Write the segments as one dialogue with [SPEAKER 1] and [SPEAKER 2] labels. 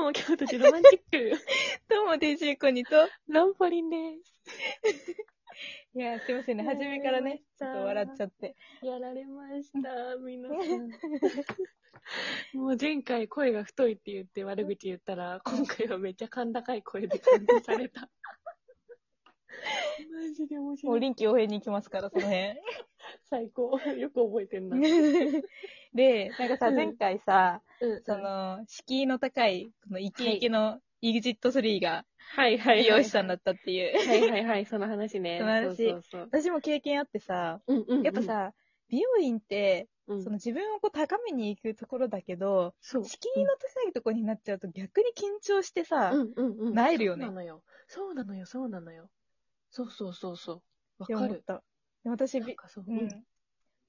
[SPEAKER 1] も今日たちロマンチック。
[SPEAKER 2] どうも、デジーコニと。
[SPEAKER 1] ランポリンです。
[SPEAKER 2] いや、すいませんね。
[SPEAKER 1] やら
[SPEAKER 2] 初
[SPEAKER 1] れました
[SPEAKER 2] めからね、ちょっと笑っちゃって。
[SPEAKER 1] やられま した、皆さん。もう前回声が太いって言って悪口言ったら、今回はめっちゃ甲高い声で感動され た。マジで面
[SPEAKER 2] も
[SPEAKER 1] 白
[SPEAKER 2] う
[SPEAKER 1] い。
[SPEAKER 2] 臨機応変に行きますから、その 辺。
[SPEAKER 1] 最高。よく覚えてんな。
[SPEAKER 2] で、なんかさ、
[SPEAKER 1] うん
[SPEAKER 2] 前回さ、
[SPEAKER 1] うん
[SPEAKER 2] そ、の、敷居の高い、このイケイケの EXIT3 が
[SPEAKER 1] はいはいはい。
[SPEAKER 2] 美容師さんだったっていう。
[SPEAKER 1] はいはいはい、その話 ね。
[SPEAKER 2] その話
[SPEAKER 1] そうそう
[SPEAKER 2] 私も経験あってさ、
[SPEAKER 1] そう。うんうんうん
[SPEAKER 2] やっぱ、さ、美容院って、
[SPEAKER 1] うん
[SPEAKER 2] その自分をこう高めに行くところだけど、
[SPEAKER 1] そう。
[SPEAKER 2] 敷居の高いところになっちゃうと逆に緊張してさ、
[SPEAKER 1] うんうんうん。
[SPEAKER 2] 萎えるよね
[SPEAKER 1] そうなのよ。そうなのよ、そうなのよ。そうそうそうそう。わ
[SPEAKER 2] って
[SPEAKER 1] か
[SPEAKER 2] 思っ
[SPEAKER 1] る。
[SPEAKER 2] た。で私、
[SPEAKER 1] なん
[SPEAKER 2] び
[SPEAKER 1] かそう。
[SPEAKER 2] う。ん。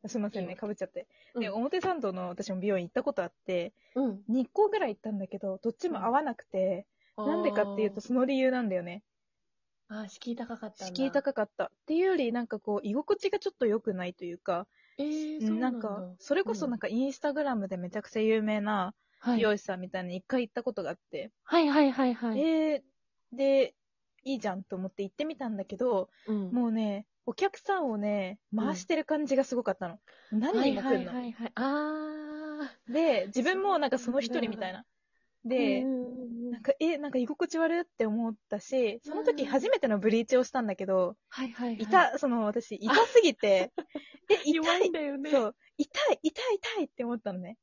[SPEAKER 2] すいません
[SPEAKER 1] いい
[SPEAKER 2] ね、
[SPEAKER 1] よ
[SPEAKER 2] かぶっちゃって。
[SPEAKER 1] うん
[SPEAKER 2] で、表参道の私も美容院行ったことあって、
[SPEAKER 1] うん。
[SPEAKER 2] 2校ぐらい行ったんだけど、どっちも合わなくて、なんでかっていうと、その理由なんだよね。
[SPEAKER 1] あー、あー敷居高かったんだ。
[SPEAKER 2] 敷居高かった。っていうより、なんかこう、居心地がちょっと良くないというか、
[SPEAKER 1] えー、そう
[SPEAKER 2] な
[SPEAKER 1] なん
[SPEAKER 2] ん
[SPEAKER 1] だ。
[SPEAKER 2] か、それこそなんかインスタグラムでめちゃくちゃ有名な
[SPEAKER 1] は
[SPEAKER 2] 美
[SPEAKER 1] い、
[SPEAKER 2] 容師さんみたいに一回行ったことがあって、
[SPEAKER 1] はいはいはいはい。
[SPEAKER 2] で、で、いいじゃんと思って行ってみたんだけど、
[SPEAKER 1] うん
[SPEAKER 2] もうね、お客さんをね、回してる感じがすごかったの。何人も来るの、
[SPEAKER 1] はいはいはいはい。あ
[SPEAKER 2] で、自分もなんかその一人みたいな。
[SPEAKER 1] ー。
[SPEAKER 2] で、
[SPEAKER 1] うんうんうん
[SPEAKER 2] なんか、え、なんか居心地悪いって思ったし、その時
[SPEAKER 1] うん
[SPEAKER 2] 初めてのブリーチをしたんだけど、
[SPEAKER 1] はいはいはい。
[SPEAKER 2] 痛、その私、痛すぎて、え、痛
[SPEAKER 1] 弱い
[SPEAKER 2] い
[SPEAKER 1] んだよね。
[SPEAKER 2] そう、痛い、痛い、痛いって思ったのね。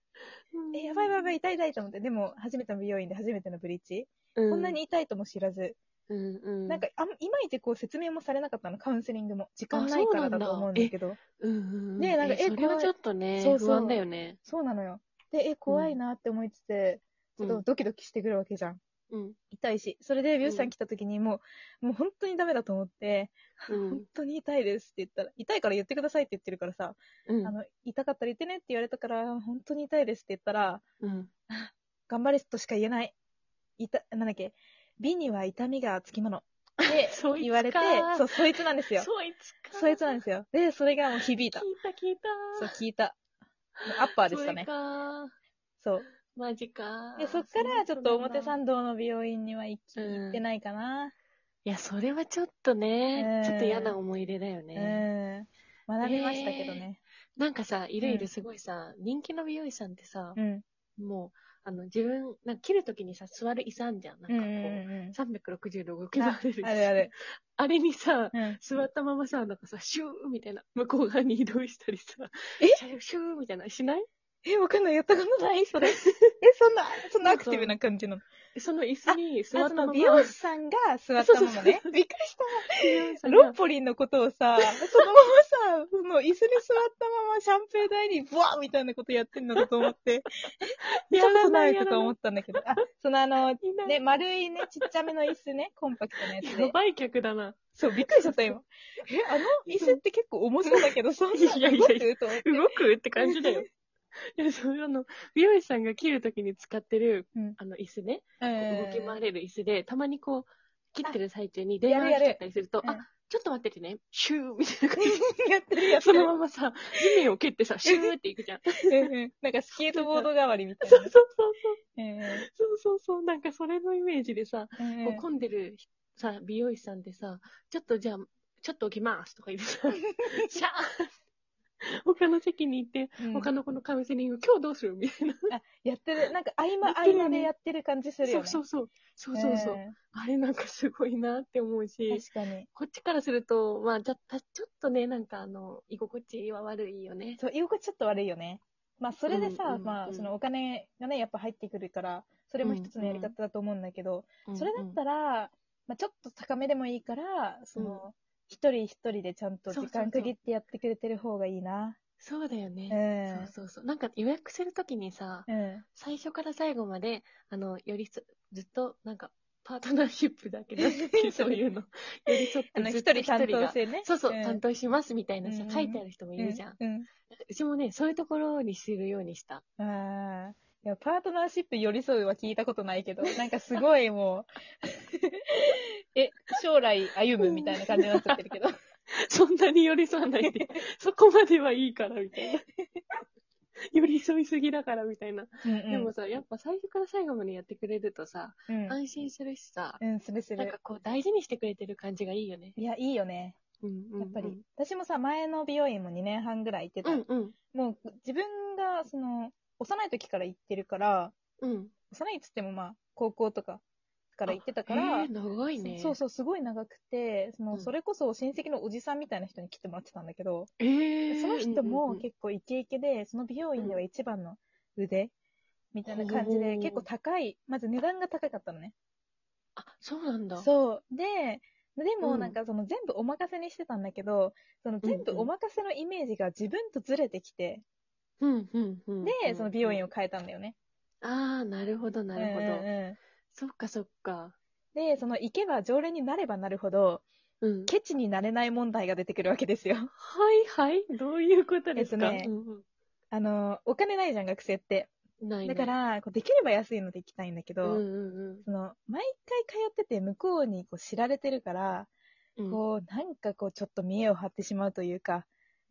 [SPEAKER 1] うん。
[SPEAKER 2] え、やばいやばいやばい、痛い痛いと思って、でも、初めての美容院で初めてのブリーチ、
[SPEAKER 1] うん
[SPEAKER 2] こんなに痛いとも知らず、
[SPEAKER 1] うんうん。
[SPEAKER 2] なんか、あん、いまいちこう説明もされなかったの、カウンセリングも。時間ないからだと思うんだけど、
[SPEAKER 1] うんうんうん。
[SPEAKER 2] ねなんかえ
[SPEAKER 1] それは
[SPEAKER 2] 怖い
[SPEAKER 1] ちょっとね、
[SPEAKER 2] そうそう
[SPEAKER 1] 不安だよね。
[SPEAKER 2] そうなのよ。で、え、怖いなって思いつつ、ちょ
[SPEAKER 1] う
[SPEAKER 2] っと
[SPEAKER 1] ん
[SPEAKER 2] ドキドキしてくるわけじゃん。
[SPEAKER 1] うん。
[SPEAKER 2] 痛いし、それで美容師さん来た時にもう、もう本当にダメだと思って、
[SPEAKER 1] うん
[SPEAKER 2] 本。 当に痛いですって言ったら、痛いから言ってくださいって言ってるからさ、
[SPEAKER 1] うん
[SPEAKER 2] あの、痛かったら言ってねって言われたから、本当に痛いですって言ったら、
[SPEAKER 1] うん。
[SPEAKER 2] 頑張れとしか言えない。痛、なんだっけ、美には痛みがつきもの。で
[SPEAKER 1] そいつか、
[SPEAKER 2] 言われて、そう、そいつなんですよ。
[SPEAKER 1] そいつか。
[SPEAKER 2] そいつなんですよ。で、それがもう響いた
[SPEAKER 1] 聞。いた聞いた。
[SPEAKER 2] そう、聞いた。アッパーでし
[SPEAKER 1] そ
[SPEAKER 2] た
[SPEAKER 1] れ
[SPEAKER 2] ね。
[SPEAKER 1] か。
[SPEAKER 2] そう。
[SPEAKER 1] マジか。
[SPEAKER 2] で、そっからちょっと表
[SPEAKER 1] ん。
[SPEAKER 2] 参道の美容院には行き
[SPEAKER 1] うん
[SPEAKER 2] 行ってないかな。
[SPEAKER 1] いや、それはちょっとね、
[SPEAKER 2] うん
[SPEAKER 1] ちょっと嫌な思い出だよね。
[SPEAKER 2] うん。学びましたけどね。
[SPEAKER 1] なんかさ、いろいうろ
[SPEAKER 2] ん
[SPEAKER 1] すごいさ、人気の美容師さんってさ、
[SPEAKER 2] うん。
[SPEAKER 1] もう、あの、自分、なんか切るときにさ、座る椅子あんじゃん。なんかこう、
[SPEAKER 2] うん
[SPEAKER 1] 360度動き回れる椅子
[SPEAKER 2] ああるある。
[SPEAKER 1] あれにさ、
[SPEAKER 2] うん。うん。
[SPEAKER 1] 座ったままさ、なんかさ、シューみたいな、向こう側に移動したりさ、えシューみたいな、しない
[SPEAKER 2] え、わかんない。やったことない それ。え、そんな、そんなアクティブな感じなの。
[SPEAKER 1] その椅子に座
[SPEAKER 2] あ
[SPEAKER 1] った
[SPEAKER 2] そ
[SPEAKER 1] ま
[SPEAKER 2] の
[SPEAKER 1] ま。
[SPEAKER 2] 美容師さんが座ったままね。びっくりした。ロッポリンのことをさ、そのままさ、その椅子に座ったままシャンペー台にブワーみたいなことやってんのかと思 って、見たことないとか思ったんだけど、あ、そのあの、
[SPEAKER 1] いない
[SPEAKER 2] ね、丸いね、ちっちゃめの椅子ね、コンパクトなやつ
[SPEAKER 1] や
[SPEAKER 2] で。
[SPEAKER 1] ばい客だな。
[SPEAKER 2] そう、びっくりしちゃった今。え、あの椅子って結構重そうだけど、そんな動く
[SPEAKER 1] いやいやい
[SPEAKER 2] と思って。
[SPEAKER 1] 動くって感じだよ。 いや、その、あの、美容師さんが切るときに使ってる、
[SPEAKER 2] うん
[SPEAKER 1] あの、椅子ね、
[SPEAKER 2] うん
[SPEAKER 1] 動き回れる椅子で、たまにこう、切ってる最中に電
[SPEAKER 2] や
[SPEAKER 1] 話
[SPEAKER 2] る
[SPEAKER 1] が来ちゃ
[SPEAKER 2] やる
[SPEAKER 1] ったりすると、
[SPEAKER 2] うん
[SPEAKER 1] あ、ちょっと待っててね、シューみたいな感じ
[SPEAKER 2] やってる
[SPEAKER 1] で、
[SPEAKER 2] やつ。
[SPEAKER 1] そのままさ、地面を蹴ってさ、シューってい くじゃん。
[SPEAKER 2] うんうんなんかスケートボード代わりみたい
[SPEAKER 1] そ
[SPEAKER 2] な
[SPEAKER 1] うそう。そうそう。
[SPEAKER 2] うんうん
[SPEAKER 1] そうそうそう。なんかそれのイメージでさ、
[SPEAKER 2] うん
[SPEAKER 1] こう混んでるさ、美容師さんってさ、ちょっとじゃあ、ちょっと起きますとか言 ってさ、シャー他の席に行って、
[SPEAKER 2] うん
[SPEAKER 1] 他の子のカウンセリング、今日どうするみたいな。
[SPEAKER 2] やってる、なんか合
[SPEAKER 1] や
[SPEAKER 2] 間
[SPEAKER 1] ってるよね
[SPEAKER 2] 合間でやってる感じするよね。
[SPEAKER 1] そうそうそう。そうそうそう。
[SPEAKER 2] ん
[SPEAKER 1] あれなんかすごいなって思うし、
[SPEAKER 2] 確かに。
[SPEAKER 1] こっちからすると、まあ、じゃ、たちょっとね、なんかあの、居心地は悪いよね。
[SPEAKER 2] そう、居心地ちょっと悪いよね。まあ、それでさ、
[SPEAKER 1] うんうんうん
[SPEAKER 2] まあ、そのお金がね、やっぱ入ってくるから、それも一つのやり方だと思うんだけど、それだった
[SPEAKER 1] ら、
[SPEAKER 2] ら、まあ、ちょっと高めでもいいから、その、一人一人でちゃんと
[SPEAKER 1] そうそ
[SPEAKER 2] 時
[SPEAKER 1] うそう
[SPEAKER 2] 間区切ってやってくれてる方がいいな。
[SPEAKER 1] そうだよ
[SPEAKER 2] う
[SPEAKER 1] ね。
[SPEAKER 2] ん。
[SPEAKER 1] そうそうそう。なんか予約するときにさ、
[SPEAKER 2] うん。
[SPEAKER 1] 最初から最後まで、あの、寄り添ずっと、なんか、パートナーシップだけど、 そういうの。寄り添っ
[SPEAKER 2] あの、
[SPEAKER 1] て、ず
[SPEAKER 2] 一
[SPEAKER 1] っと
[SPEAKER 2] 人担当
[SPEAKER 1] が。
[SPEAKER 2] 制ね。
[SPEAKER 1] そうそう、
[SPEAKER 2] ん
[SPEAKER 1] 担当しますみたいなさ
[SPEAKER 2] う、ん
[SPEAKER 1] 書いてある人もいるじゃん。
[SPEAKER 2] うん。
[SPEAKER 1] うちもね、そういうところにするようにした。
[SPEAKER 2] うん、ああ。いや、パートナーシップ寄り添うは聞いたことないけど、なんかすごいもう、 え、将来歩むみたいな感じになっちゃって るけど。
[SPEAKER 1] そんなに寄り添わないで、そこまではいいから、みたいな。 寄り添いすぎだからみたいな。
[SPEAKER 2] うんうん
[SPEAKER 1] でもさ、やっぱ最初から最後までやってくれるとさ、
[SPEAKER 2] うん、
[SPEAKER 1] 安心するしさ、
[SPEAKER 2] うん、するす
[SPEAKER 1] なんか
[SPEAKER 2] る。
[SPEAKER 1] こう大事にしてくれてる感じがいいよね。
[SPEAKER 2] いや、いいよね。
[SPEAKER 1] うんうんうん
[SPEAKER 2] やっぱり、。私もさ、前の美容院も2年半ぐらい行ってた。
[SPEAKER 1] うんうん。
[SPEAKER 2] もう、自分が、その、幼い時から行ってるから、
[SPEAKER 1] うん。
[SPEAKER 2] 幼いっつってもまあ、高校とかから行ってた
[SPEAKER 1] え
[SPEAKER 2] から、
[SPEAKER 1] ー、長いね。
[SPEAKER 2] そうそう、すごい長くて、その、
[SPEAKER 1] うん
[SPEAKER 2] それこそ親戚のおじさんみたいな人に来てもらってたんだけど、
[SPEAKER 1] えー
[SPEAKER 2] その人
[SPEAKER 1] うん
[SPEAKER 2] も
[SPEAKER 1] うん
[SPEAKER 2] 結構イケイケで、その美容院では一番の腕みたいな感じ
[SPEAKER 1] ほ
[SPEAKER 2] で、
[SPEAKER 1] う
[SPEAKER 2] 結構高い、まず値段が高かったのね。
[SPEAKER 1] あ、そうなんだ。
[SPEAKER 2] そう。で、で
[SPEAKER 1] う
[SPEAKER 2] も
[SPEAKER 1] ん
[SPEAKER 2] なんかその全部お任せにしてたんだけど、その全部
[SPEAKER 1] うんうん
[SPEAKER 2] お任せのイメージが自分とずれてきて、
[SPEAKER 1] うんうんうん。
[SPEAKER 2] で、その美容院
[SPEAKER 1] を。
[SPEAKER 2] を変えたんだよね。
[SPEAKER 1] ああ、なるほど、なるほど。
[SPEAKER 2] うんうんうん
[SPEAKER 1] そっかそっか。
[SPEAKER 2] で、その行けば常連になればなるほど、
[SPEAKER 1] うん。
[SPEAKER 2] ケチになれない問題が出てくるわけですよ。
[SPEAKER 1] はいはい。どういうことですか、
[SPEAKER 2] えっとね
[SPEAKER 1] うんうん
[SPEAKER 2] あの、お金ないじゃん、学生って。
[SPEAKER 1] ない
[SPEAKER 2] だ
[SPEAKER 1] ね。
[SPEAKER 2] から、こうできれば安いので行きたいんだけ
[SPEAKER 1] う
[SPEAKER 2] ど、
[SPEAKER 1] んうん
[SPEAKER 2] その、毎回通ってて向こうにこう知られてるから、
[SPEAKER 1] うん。
[SPEAKER 2] こう、なんかこう、ちょっと見栄を張ってしまうというか、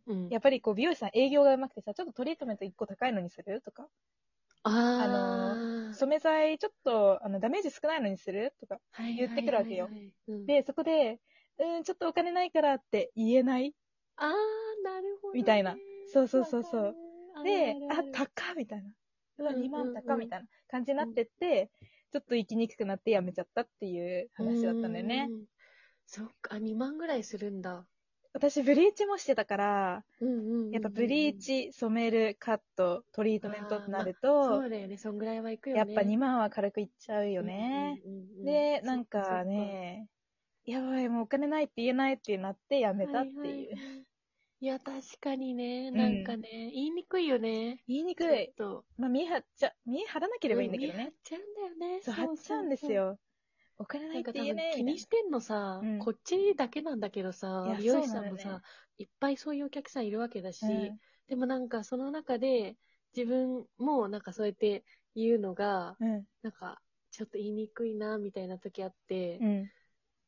[SPEAKER 1] うん、
[SPEAKER 2] やっぱりこう、美容師さん営業がうまくてさ、ちょっとトリートメント1個高いのにするとか、
[SPEAKER 1] あ
[SPEAKER 2] あ
[SPEAKER 1] の
[SPEAKER 2] 染め剤ちょっと、あの、ダメージ少ないのにするとか。
[SPEAKER 1] 言
[SPEAKER 2] 言ってくるわけよ。
[SPEAKER 1] はいはいはいうん、
[SPEAKER 2] で、そこで、うーん、ちょっとお金ないからって言えない
[SPEAKER 1] ああ、なるほど、ね。
[SPEAKER 2] みたいな。そうそうそうそう
[SPEAKER 1] わかる。
[SPEAKER 2] で、
[SPEAKER 1] ある、あ
[SPEAKER 2] あ
[SPEAKER 1] る
[SPEAKER 2] 高っみたいな。うわ、
[SPEAKER 1] うん
[SPEAKER 2] 2万
[SPEAKER 1] うんう
[SPEAKER 2] 高っ
[SPEAKER 1] ん
[SPEAKER 2] みたいな感じになってって、ちょっと行きにくくなってやめちゃったっていう話だったんだよね。
[SPEAKER 1] う。そっか、あ2万ぐらいするんだ。
[SPEAKER 2] 私、ブリーチもしてたから、
[SPEAKER 1] うんうんうんうん
[SPEAKER 2] やっぱブリー。チ、染める、カット、トリートメントってなると、
[SPEAKER 1] そうだよね、そんぐらいはいくよね。
[SPEAKER 2] やっぱ2
[SPEAKER 1] 万
[SPEAKER 2] 万は軽くいっちゃうよね。。
[SPEAKER 1] うんうんうん
[SPEAKER 2] で、なんか、ね、やばい、もうお金ないって言えないってなってや
[SPEAKER 1] そ
[SPEAKER 2] め
[SPEAKER 1] っか
[SPEAKER 2] た
[SPEAKER 1] そっか
[SPEAKER 2] ってい
[SPEAKER 1] は
[SPEAKER 2] う。
[SPEAKER 1] いはいはいいや、確かにね、
[SPEAKER 2] ん
[SPEAKER 1] なんかね、言いにくいよね。
[SPEAKER 2] 言いにく
[SPEAKER 1] ちょ
[SPEAKER 2] い
[SPEAKER 1] っ。と。
[SPEAKER 2] まあ、見え張っちゃ、見え張らなければいいんだけど
[SPEAKER 1] う見張
[SPEAKER 2] ね
[SPEAKER 1] っ。ちゃうんだよね。
[SPEAKER 2] そう、
[SPEAKER 1] そ
[SPEAKER 2] 張っ
[SPEAKER 1] う
[SPEAKER 2] ちゃうんです。よ。お金な
[SPEAKER 1] ないん
[SPEAKER 2] っ
[SPEAKER 1] か
[SPEAKER 2] て
[SPEAKER 1] 多
[SPEAKER 2] 言え
[SPEAKER 1] 分
[SPEAKER 2] ねえ
[SPEAKER 1] 気
[SPEAKER 2] み
[SPEAKER 1] にしてんのさ、
[SPEAKER 2] うん
[SPEAKER 1] こっちだけなんだけどさ
[SPEAKER 2] いや、
[SPEAKER 1] 美容師さん
[SPEAKER 2] そ
[SPEAKER 1] も
[SPEAKER 2] うなの
[SPEAKER 1] さ、いっぱいそういうお客さんいるわけだし、
[SPEAKER 2] たいな。うん
[SPEAKER 1] でもなんかその中で自分もなんかそうやって言うのが、
[SPEAKER 2] うん。
[SPEAKER 1] なんかちょっと言いにくいなみたいな時あって、
[SPEAKER 2] うん。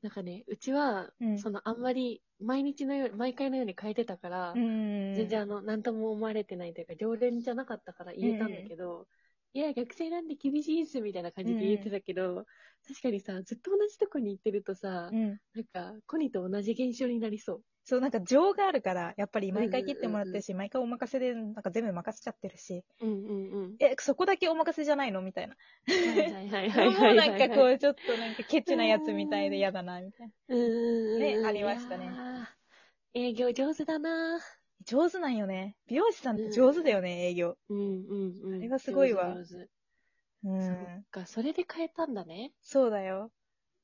[SPEAKER 1] なんかね、うちは、
[SPEAKER 2] うん
[SPEAKER 1] そのあんまり毎日のように、毎回のように変えてたから、
[SPEAKER 2] うん。
[SPEAKER 1] 全然あの、なんとも思われてないというか、常連じゃなかったから言えたんだけど、いや、学生なんで厳しいっすみたいな感じで言えてたけど、確かにさ、ずっと同じとこに行ってるとさ、
[SPEAKER 2] うん。
[SPEAKER 1] なんか、コニと同じ現象になりそう。
[SPEAKER 2] そう、なんか情があるから、やっぱり毎回切ってもらってるし、毎回お任せで、なんか全部任せちゃってるし、
[SPEAKER 1] うんうんうん。
[SPEAKER 2] え、そこだけお任せじゃないのみたいな。
[SPEAKER 1] はいはいは
[SPEAKER 2] も
[SPEAKER 1] いは
[SPEAKER 2] う
[SPEAKER 1] いはいはい。
[SPEAKER 2] なんかこう、ちょっとなんかケチなやつみたいで嫌だな、みたいな。
[SPEAKER 1] うんうんうんうん
[SPEAKER 2] ねありましたね。
[SPEAKER 1] いやー営業上手だな
[SPEAKER 2] 上手なんよね。美容師さんって上手だよね、営業。
[SPEAKER 1] うんうんうん。
[SPEAKER 2] あれはすごいわ
[SPEAKER 1] 上手上手
[SPEAKER 2] う
[SPEAKER 1] そ
[SPEAKER 2] ん
[SPEAKER 1] っ。か、それで変えたんだね。
[SPEAKER 2] そうだよ。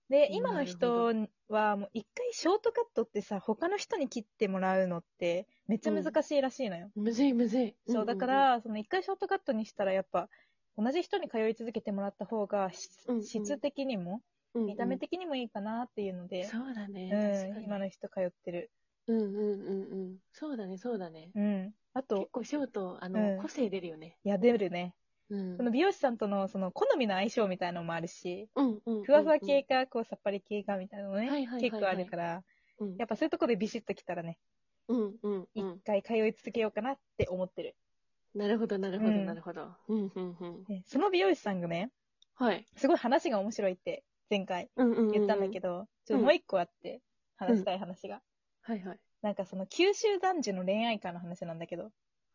[SPEAKER 2] で、
[SPEAKER 1] うん
[SPEAKER 2] 今の人は、もう一回ショートカットってさ、他の人に切ってもらうのって、めっちゃ難しいらしいのよ。
[SPEAKER 1] むずいむずい。
[SPEAKER 2] そう、だから、その一回ショートカットにしたら、やっぱ、同じ人に通い続けてもらった方が、し
[SPEAKER 1] うんうん
[SPEAKER 2] 質的にも、
[SPEAKER 1] うんうん、
[SPEAKER 2] 見た目
[SPEAKER 1] 的
[SPEAKER 2] 的にもいいかなっていうので、
[SPEAKER 1] そうだ
[SPEAKER 2] う
[SPEAKER 1] ね。確か
[SPEAKER 2] ん、
[SPEAKER 1] に
[SPEAKER 2] 今の人通ってる。
[SPEAKER 1] うんうんうんうん。そうだね、そうだね。
[SPEAKER 2] うん。あ
[SPEAKER 1] 結
[SPEAKER 2] と、
[SPEAKER 1] 構ショート、あ
[SPEAKER 2] うん
[SPEAKER 1] の、個性出るよね。
[SPEAKER 2] いや、出るね。
[SPEAKER 1] うん
[SPEAKER 2] そ。の美容師さんとの、その、好みの相性みたいのもあるし、
[SPEAKER 1] うんうん。
[SPEAKER 2] ふわふわ系か、こう、さっぱり系かみたいなの
[SPEAKER 1] はいはいは
[SPEAKER 2] ね
[SPEAKER 1] いは、い
[SPEAKER 2] 結構あるから、
[SPEAKER 1] うん。
[SPEAKER 2] やっぱそういうとこでビシッときたらね、
[SPEAKER 1] うんうんう
[SPEAKER 2] 一
[SPEAKER 1] ん。
[SPEAKER 2] 回通い続けようかなって思ってる。
[SPEAKER 1] なるほど、なるほど、
[SPEAKER 2] うん
[SPEAKER 1] なるほど。うんうんうん。
[SPEAKER 2] でその美容師さんがね、
[SPEAKER 1] はい。
[SPEAKER 2] すごい話が面白いって、前回
[SPEAKER 1] うんうん。
[SPEAKER 2] 言ったんだけ
[SPEAKER 1] ど。
[SPEAKER 2] ど、ちょっともう一個あって、話したい話が。
[SPEAKER 1] はいはい。
[SPEAKER 2] なんかその九州男児の恋愛観の話なんだけど、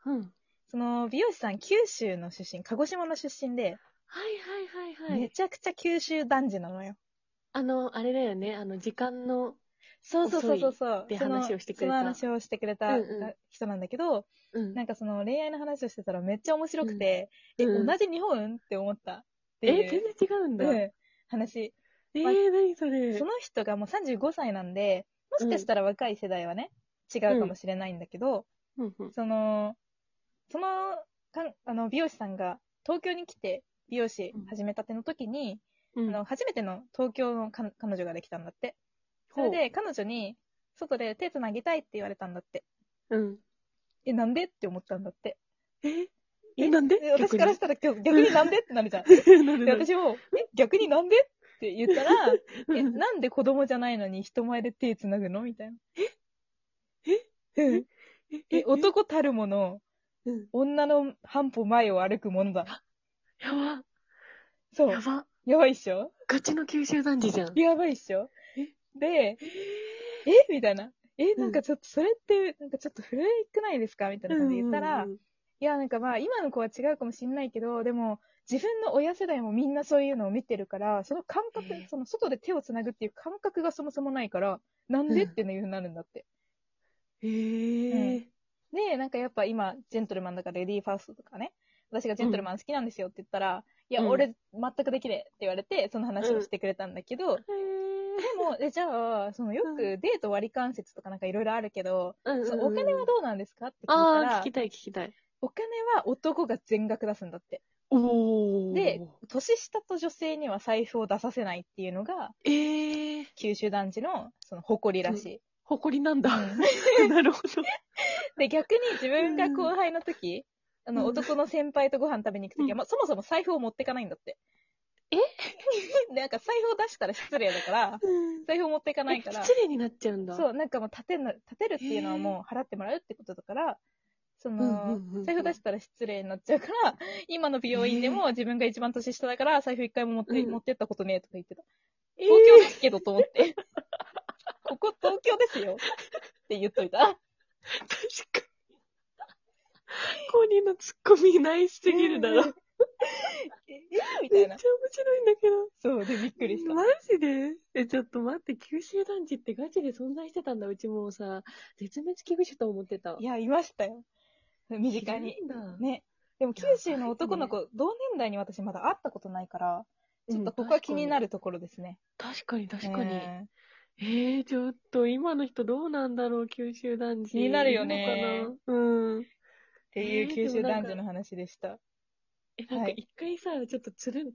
[SPEAKER 1] うん。はい
[SPEAKER 2] その美容師さん九州の出身、鹿児島の出身で、
[SPEAKER 1] はいはいは
[SPEAKER 2] め
[SPEAKER 1] い。
[SPEAKER 2] ちゃくちゃ九州男児なのよ。
[SPEAKER 1] あの、あれだよね、あの、時間の、
[SPEAKER 2] そうそうそうそうそう。
[SPEAKER 1] 遅いって話をしてくれた
[SPEAKER 2] その話をしてくれた
[SPEAKER 1] うんうん
[SPEAKER 2] 人なんだけど、
[SPEAKER 1] うん
[SPEAKER 2] なんかその恋愛の話をしてたらめっちゃ面白くて、
[SPEAKER 1] うん
[SPEAKER 2] え、
[SPEAKER 1] うん
[SPEAKER 2] 同じ日本って思ったっていう。
[SPEAKER 1] え、全然違うんだ。え
[SPEAKER 2] うん話。
[SPEAKER 1] ー、
[SPEAKER 2] まあ
[SPEAKER 1] 何それ。
[SPEAKER 2] その人がもう35歳なんで、もしかしたら若い世代はね、違うかもしれないんだけど、
[SPEAKER 1] うんうん
[SPEAKER 2] その、そのかんあの美容師さんが東京に来て、美容師始めたての時に、
[SPEAKER 1] うん
[SPEAKER 2] あの初めての東京のか彼女ができたんだって。それで彼女に、外で手つなぎたいって言われたんだって。
[SPEAKER 1] ほううん。
[SPEAKER 2] え、なんでって思ったんだって。
[SPEAKER 1] ええ、なんで
[SPEAKER 2] え私からしたら逆逆になんでってなるじゃん。
[SPEAKER 1] 逆 になる
[SPEAKER 2] で
[SPEAKER 1] なる
[SPEAKER 2] 私も、え、逆になんでって言 ったら、
[SPEAKER 1] うん
[SPEAKER 2] え、なんで子供じゃないのに人前で手つなぐのみたいな。
[SPEAKER 1] え
[SPEAKER 2] うんえ、男たるもの、
[SPEAKER 1] うん。
[SPEAKER 2] 女の半歩前を歩くものだ。
[SPEAKER 1] やば。
[SPEAKER 2] そう。
[SPEAKER 1] やば。
[SPEAKER 2] やばいっしょ
[SPEAKER 1] ガチの九州男児じゃん。
[SPEAKER 2] やばいっしょで、えみたいな。え、
[SPEAKER 1] うん
[SPEAKER 2] なんかちょっと、それって、なんかちょっと古くないですかみたいな感じで言ったら、
[SPEAKER 1] うんうんうん
[SPEAKER 2] いや、なんかまあ、今の子は違うかもしんないけど、でも、自分の親世代もみんなそういうのを見てるから、その感覚、
[SPEAKER 1] えー
[SPEAKER 2] その外で手をつなぐっていう感覚がそもそもないから、なんで、
[SPEAKER 1] うん
[SPEAKER 2] っていうふうになるんだって。
[SPEAKER 1] えー
[SPEAKER 2] で、なんかやっぱ今、ジェントルマンだからレディーファーストとかね、私がジェントルマン好きなんですよって言ったら、いや、
[SPEAKER 1] うん
[SPEAKER 2] 俺、全くできねえって言われて、その話をしてくれたんだけど、でも、えじゃあ、そのよ
[SPEAKER 1] うん
[SPEAKER 2] くデート割り関節とかなんかいろいろあるけど、
[SPEAKER 1] うんうん
[SPEAKER 2] そのお金はどうなんですかって聞いた
[SPEAKER 1] ああ、
[SPEAKER 2] ら
[SPEAKER 1] 聞き、たい聞きたい。
[SPEAKER 2] お金は男が全額出すんだって。
[SPEAKER 1] おお。
[SPEAKER 2] で、年下と女性には財布を出させないっていうのが、
[SPEAKER 1] ええー、
[SPEAKER 2] 九州男児のその誇りらしい。
[SPEAKER 1] 誇りなんだ。
[SPEAKER 2] う
[SPEAKER 1] なるほど。
[SPEAKER 2] で、逆に自分が後輩の時、あ
[SPEAKER 1] う
[SPEAKER 2] の、
[SPEAKER 1] ん
[SPEAKER 2] 男の先輩とご飯食べに行く時
[SPEAKER 1] う
[SPEAKER 2] は、
[SPEAKER 1] ん
[SPEAKER 2] まあ、そもそも財布を持ってかないんだって。
[SPEAKER 1] え
[SPEAKER 2] でなんか財布を出したら失礼だから、財布を持ってかないから。
[SPEAKER 1] 失礼になっちゃうんだ。
[SPEAKER 2] そう、なんかもう立てる、立てるっていうのはもう払ってもらうってことだから、その、
[SPEAKER 1] うんうんうんうん
[SPEAKER 2] 財布出したら失礼になっちゃうから、今の美容院でも自分が一番年下だから、財布一回も持って、
[SPEAKER 1] うん
[SPEAKER 2] 持ってったことねえとか言ってた。
[SPEAKER 1] えー
[SPEAKER 2] 東京ですけどと 思って。ここ東京ですよって言っといた。
[SPEAKER 1] 確かに。コーニーのツッコミナイスすぎるだろ。
[SPEAKER 2] え、えみた
[SPEAKER 1] めっち
[SPEAKER 2] い
[SPEAKER 1] ゃ
[SPEAKER 2] な
[SPEAKER 1] 面。白いんだけど。
[SPEAKER 2] そう、でびっくりした
[SPEAKER 1] マ。ジでえ、ちょっと待って、九州男児ってガチで存在してたんだ。うちもうさ、絶滅危惧種と思ってた。
[SPEAKER 2] いや、いましたよ。身近に
[SPEAKER 1] い。るんだ
[SPEAKER 2] ね。でも九州の男の子、同年代に私まだ会ったことないから、ちょっとここは気になるところですね。
[SPEAKER 1] 確かに確かに。
[SPEAKER 2] ね
[SPEAKER 1] えー、ちょっと今の人どうなんだろう、九州男児。
[SPEAKER 2] 気になるよ
[SPEAKER 1] い
[SPEAKER 2] ね
[SPEAKER 1] るのかなうん。
[SPEAKER 2] っていう九州男女の話でした。
[SPEAKER 1] え、なん
[SPEAKER 2] は
[SPEAKER 1] か
[SPEAKER 2] い
[SPEAKER 1] 一回さ、ちょっとつるん、つるん